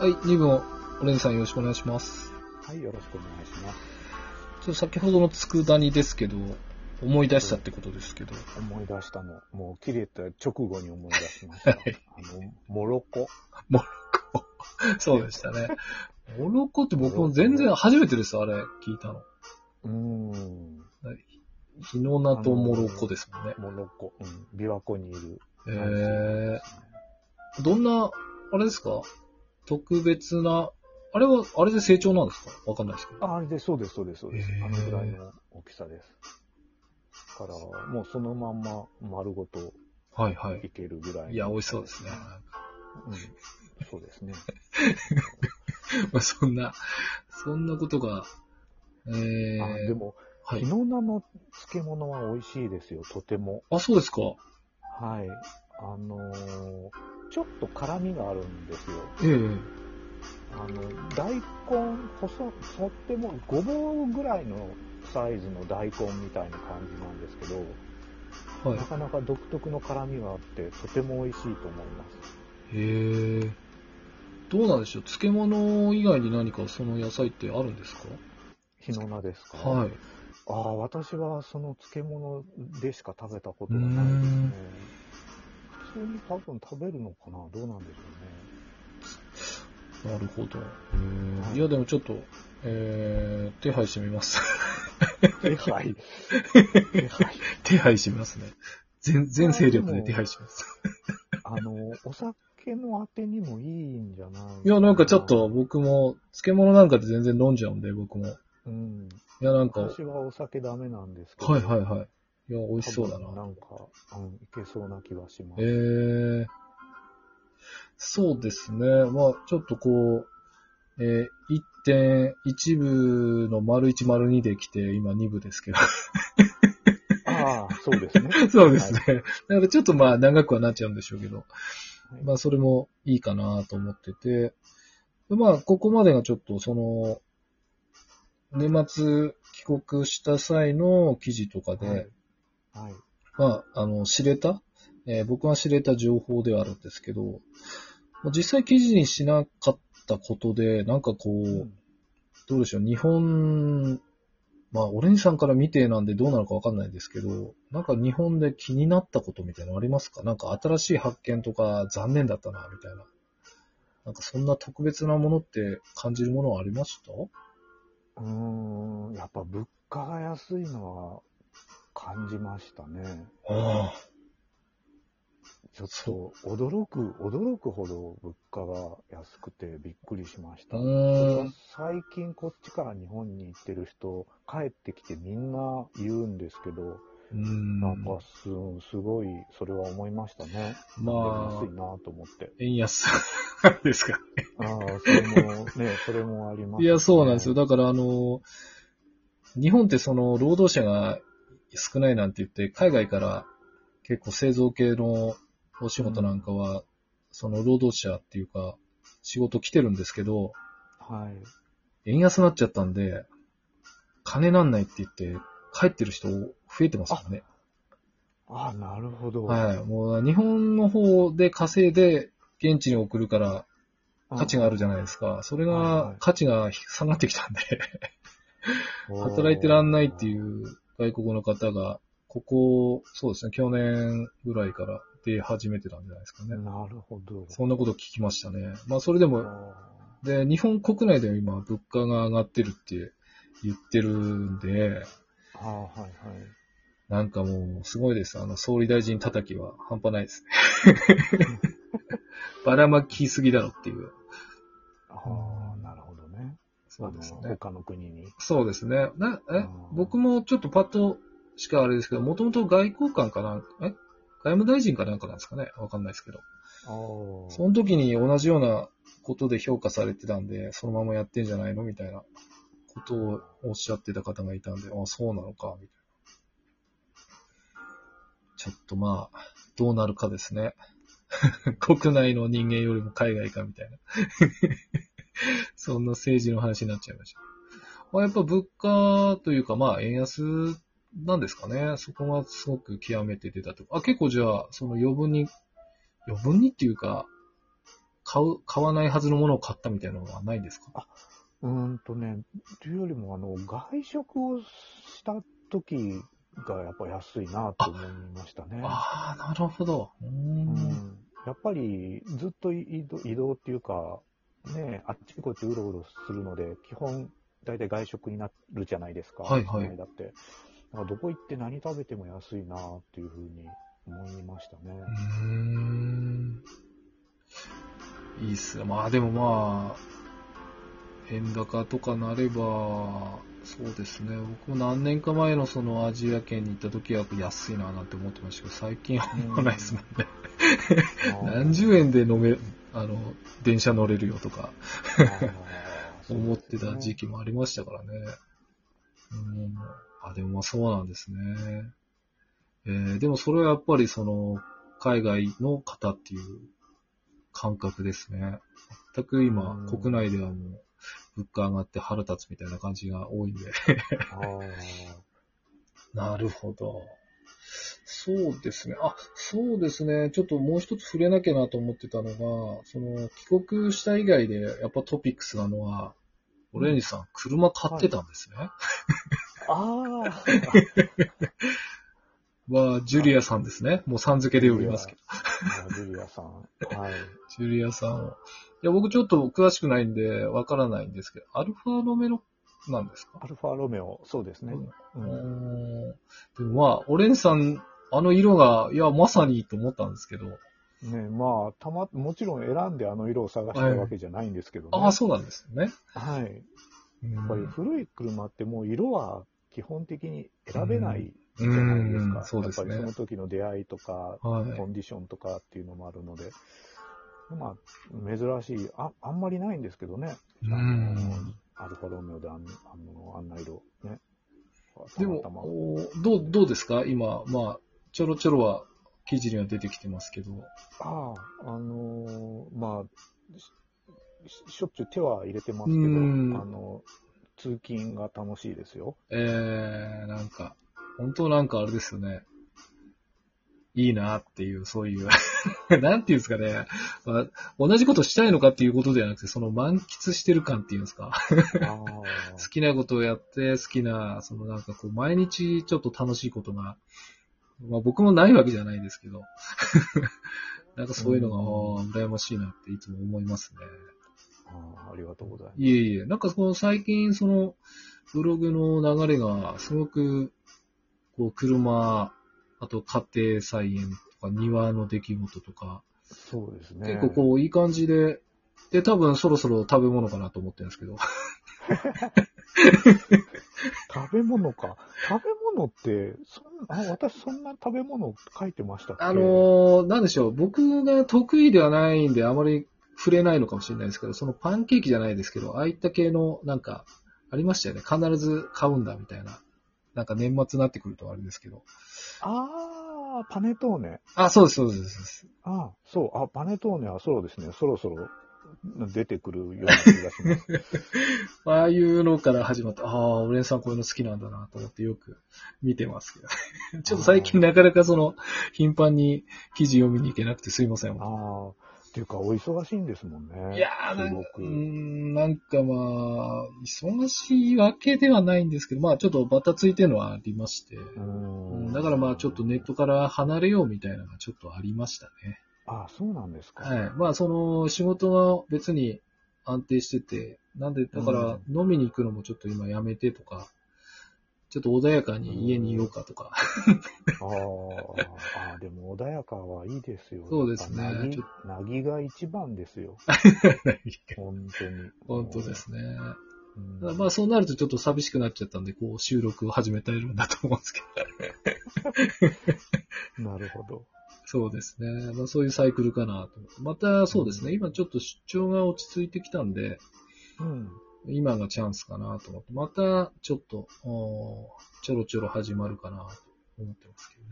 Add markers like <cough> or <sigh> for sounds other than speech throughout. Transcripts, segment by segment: はい、2部のオレンジさんよろしくお願いします。はい、よろしくお願いしまちす。ょっと先ほどの佃煮ですけど、思い出したってことですけど、思い出したの。もう切れた直後に思い出しました。あの、モロコ。そうでしたね。モロコって僕も全然初めてです、あれ、聞いたの。うーん。日の名とモロコですもんね。モロコ。うん。琵琶湖にいる。えー、どんな、あれですか特別な、あれは、あれで成長なんですかわかんないですけど。あ、あれで、そうです、そうです、そうですへ。ーあのぐらいの大きさです。だから、もうそのまんま丸ごとはいはいい。けるぐらい。いや、美味しそうですね。うん。そうですね。まあそんな、そんなことが、えー、あ、でも、は日い。の名の漬物は美味しいですよ、とても。あ、そうですか。はい。あのーちょっと辛みがあるんですよ。ええあの大根細とってもごぼうぐらいのサイズの大根みたいな感じなんですけど、はいな。かなか独特の辛みがあってとても美味しいと思いますへえ。どうなんでしょう漬物以外に何かその野菜ってあるんですか日の名ですか、はい。ああ私はその漬物でしか食べたことがないですね普通に多分食べるのかなどうなんでしょなるほど。へはえいいや、でもちょっと、えー、手配してみます。 <laughs> うね <laughs> 手配手配手配しますね。全、全勢力で手配します。あのお酒のあてにもいいんじゃないいや、なんかちょっと僕も、漬物なんかで全然飲んじゃうんで、僕も。いうんや、なんか、はい私はお酒ダメなんですけど、はいはい。いや、美味しそうだ多分な。なんか、うん、いけそうな気はします。えー、そうですね。まあ、ちょっとこう、えー、1.1部の丸1丸2で来て、今2部ですけど。ああ、そうですね。 <laughs> そうですね。だからちょっとまあ長くはなっちゃうんでしょうけど、はいまあそれもいいかなと思ってて、でまあここまでがちょっとその、年末帰国した際の記事とかで、はいはい。まあ、あの、知れた、えー僕が知れた情報ではあるんですけど、まあ実際記事にしなかったことで、なんかこう、うんどうでしょう、日本、まあ、オレンジさんから見てなんでどうなのかわかんないですけど、なんか日本で気になったことみたいなのありますかなんか新しい発見とか残念だったな、みたいな。なんかそんな特別なものって感じるものはありましたうーん、やっぱ物価が安いのは感じましたね。ああ。ちょっと驚く、驚くほど物価が安くてびっくりしました。うそれーはん。最近こっちから日本に行ってる人、帰ってきてみんな言うんですけど、うん。なんかすすごい、それは思いましたね。まあ安い、なと思って。円 <laughs> 安ですかああ、それ <laughs> も、ね、それもあります、いや、そうなんですよ。だだから、あの、日本ってその、労働者が少ないなんて言って、海外から結構製造系のお仕事なんかは、その労働者っていうか、仕事来てるんですけど、はい。円安になっちゃったんで、金なんないって言って、帰ってる人増えてますからね。ああ、なるほど。はい。もう、日本の方で稼いで、現地に送るから価値があるじゃないですか。それはいはがい、価値が下がってきたんで。うん。。働いてらんないっていうう外国の方が、ここ、そうですね、去年ぐらいから出始めてたんじゃないですかね。なるほど。そんなこと聞きましたね。まあ、それでも、あで、日本国内では今、物価が上がってるって言ってるんで、あああ、はいはい。なんかもう、すごいです。あの、総理大臣叩きは半端ないですね。ばらまきすぎだろっていう。ああ、なるほどね。そうですあのね。他の国に。そうですね。な、うえん、僕もちょっとパッとしかあれですけど、もともと外交官かなんえ外務大臣かなんかなんですかねわかんないですけど。あそあ。の時に同じようなことで評価されてたんで、そのままやってんじゃないのみたいなことをおっしゃってた方がいたんで、あ、そうなのか、みたいな。ちょっとまあ、どうなるかですね。 <laughs> 国内の人間よりも海外かみたいな。 <laughs> そんな政治の話になっちゃいました。まあ、やっぱ物価というか、まあ、円安なんですかね。そこがすごく極めて出たと。あ、結構じゃあ、その余分に、余分にっていうか、買う、買わないはずのものを買ったみたいなのはないですかうーんとね、というよりも、あの、外食をした時がやっぱ安いなと思いましたね。ああ、なるほど。うー。うんん、やっぱり、ずっと移動移動っていうか、ね、あっちこっちうろうろするので、基本、大体外食になるじゃないですか。はいはいだって。だからどこ行って何食べても安いなっていうふうに思いましたね。うーん。いいっすね。まあでもまあ、円高とかなれば、そうですね。僕も何年か前のそのアジア圏に行った時は安いななんて思ってましたけど、最近は思わないですもんね。あー何十円で飲め、あの、電車乗れるよとか思ってた時。期もありましたからね。うん。あ、でもまあそうなんですね。えーでもそれはやっぱりその、海外の方っていう感覚ですね。全く今うん、国内ではもう、物価上がって腹立つみたいな感じが多いんで。あーなるほど。そうですね。あ、そうですね。ちょっともう一つ触れなきゃなと思ってたのが、その、帰国した以外で、やっぱトピックスなのは、オレンジさん、車買ってたんですね。あー。は、ジュリアさんですね。もうさん付けで呼びますけど。ジュリアさん。はい。ジュリアさんを。いや、僕ちょっと詳しくないんで、わからないんですけど、アルファロメロなんですかアルファロメオ、そうですね。ううんん。でもまあ、オレンジさん、あの色が、いや、まさにと思ったんですけど、ねまあ、たま、もちろん選んであの色を探したわけじゃないんですけどね。ああ、そうなんですよね。はやい。やっぱり古い車ってもう色は基本的に選べないじうゃないですんか。そうですやっぱりそねの。時の出会いとか、はいコ。ンディションとかっていうのもあるので。まあ、珍しい。あ、あんまりないんですけどね。うあのん。アルファロメオであんあのあんな色。ね。でたまたまも、おどう、どうですか今、まあ、ちょろちょろは記事には出てきてますけど。ああ、あのーまあし、ししょっちゅう手は入れてますけうど、あんの、通勤が楽しいで <laughs> すよ。えー、なんか、本当なんかあれですよね。いいなっていう、そういう、 <laughs> なんていうんですかね、まあ同じことしたいのかっていうことではなくて、その満喫してる感っていうんですか。あ好きなことをやって、好きな、そのなんかこう、毎日ちょっと楽しいことが、まあ僕もないわけじゃないですけど、 <laughs> なんかそういうのが、ああ羨ましいなっていつも思いますね。あありがとうございます。いえいえ、なんかこの最近その、ブログの流れが、すごく、こう、車、あと家庭菜園とか庭の出来事とか、そうですね。結構こう、いい感じで、で、多分そろそろ食べ物かなと思ってるんですけど、食べ物か。食べ物って、そんあ私そんな食べ物書いてましたっけあのー、なんでしょう、僕が得意ではないんで、あまり触れないのかもしれないですけど、そのパンケーキじゃないですけど、ああいった系の、なんか、ありましたよね。必ず買うんだ、みたいな。なんか年末になってくるとあれですけど。ああ、パネトーネ。あ、そうです、そうです、そうです。ああ、そう。あ、パネトーネはそうですね。そろそろ出てくるような気がし <laughs> ます。ああいうのから始まって、ああ、オレンさんこういうの好きなんだなと思ってよく見てますけど、ね。ちょっと最近なかなかその、頻繁に記事読みに行けなくてすいません。ああ、っていうか、お忙しいんですもんね。いやーなすんごか、うく。ーん、なんかまあ、忙しいわけではないんですけど、まあちょっとバタついてるのはありまして、うんだからまあちょっとネットから離れようみたいなのがちょっとありましたね。ああ、そうなんですか。はい。まあその仕事は別に安定してて、なんで、だから飲みに行くのもちょっと今やめてとか、ちょっと穏やかに家にいようか <laughs> とか、ああああ、でも穏やかはいいですよ。そうですねやっぱなぎちょなぎが一番ですよ。本当に。 <laughs> 本当で。すね。うんただまあそうなるとちょっと寂しくなっちゃったんで、こう収録を始めたいんだと思うんですけど。なるほど。そうですね。まあ、そういうサイクルかなと。また、そうですね。今ちょっと出張が落ち着いてきたんで、うん。今がチャンスかなと思って、またちょっと、おーちょろちょろ始まるかなと思ってますけどね。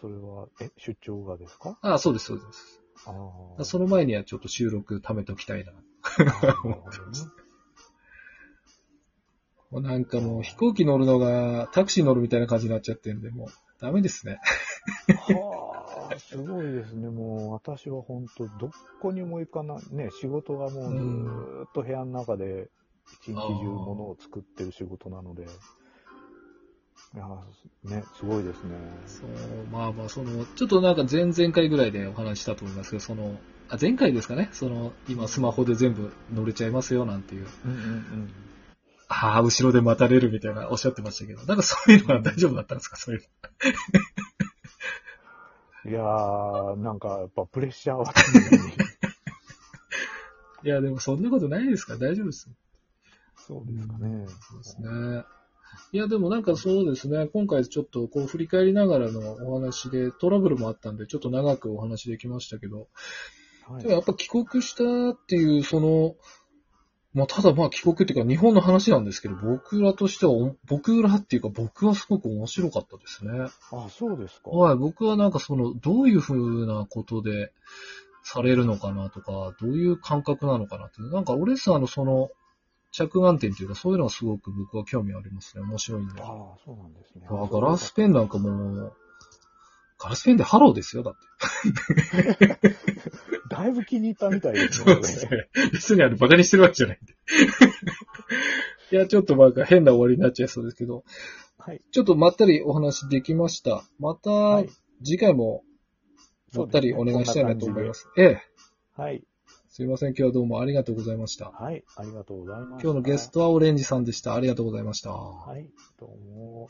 それは、え、出張がですかああ、そうです、そうです。ああ。その前にはちょっと収録貯めときたいな。ああなるほどねもうなんかもう飛行機乗るのがタクシー乗るみたいな感じになっちゃってんで、もうダメですね。はあ、すごいですね。もう私は本当どこにも行かない。ね、仕事がもうずーっと部屋の中で一日中ものを作ってる仕事なので。いやー、ね、すごいですね。そう、まあまあ、その、ちょっとなんか前々回ぐらいでお話ししたと思いますけど、その、あ、前回ですかね、その、今スマホで全部乗れちゃいますよなんていう、うんうんうん。ああ、後ろで待たれるみたいなおっしゃってましたけど、なんかそういうのは大丈夫だったんですか、そういういやー、なんかやっぱプレッシャーは <laughs> 常の。にいや、でもそんなことないですから、大丈夫です。そうですかね。そうですね。いや、でもなんかそうですね、今回ちょっとこう振り返りながらのお話で、トラブルもあったんで、ちょっと長くお話できましたけど、はいでもやっぱ帰国したっていう、その、まあ、ただまあ帰国っていうか日本の話なんですけど、僕らとしてはお、僕らっていうか僕はすごく面白かったですね。あ、そうですか。はい、僕はなんかその、どういうふうなことでされるのかなとか、どういう感覚なのかなって、なんかオレッサーのその、着眼点というか、そういうのはすごく僕は興味ありますね。面白いんで。あああ、そうなんですね。ガラスペンなんかもう、ガラスペンでハローですよ、だって。だいぶ気に入ったみたいですそうです <laughs> ね。 <laughs> 別にあの、バカにしてるわけじゃないんで。 <laughs> いや、ちょっとなんか変な終わりになっちゃいそうですけど、はい。ちょっとまったりお話できました。またはい、次回もまったりお願いしたいなと思います。ええ。はい。すいません、今日はどうもありがとうございました。はい。ありがとうございます。今日のゲス。トはオレンジさんでした。ありがとうございました。はい。どうも。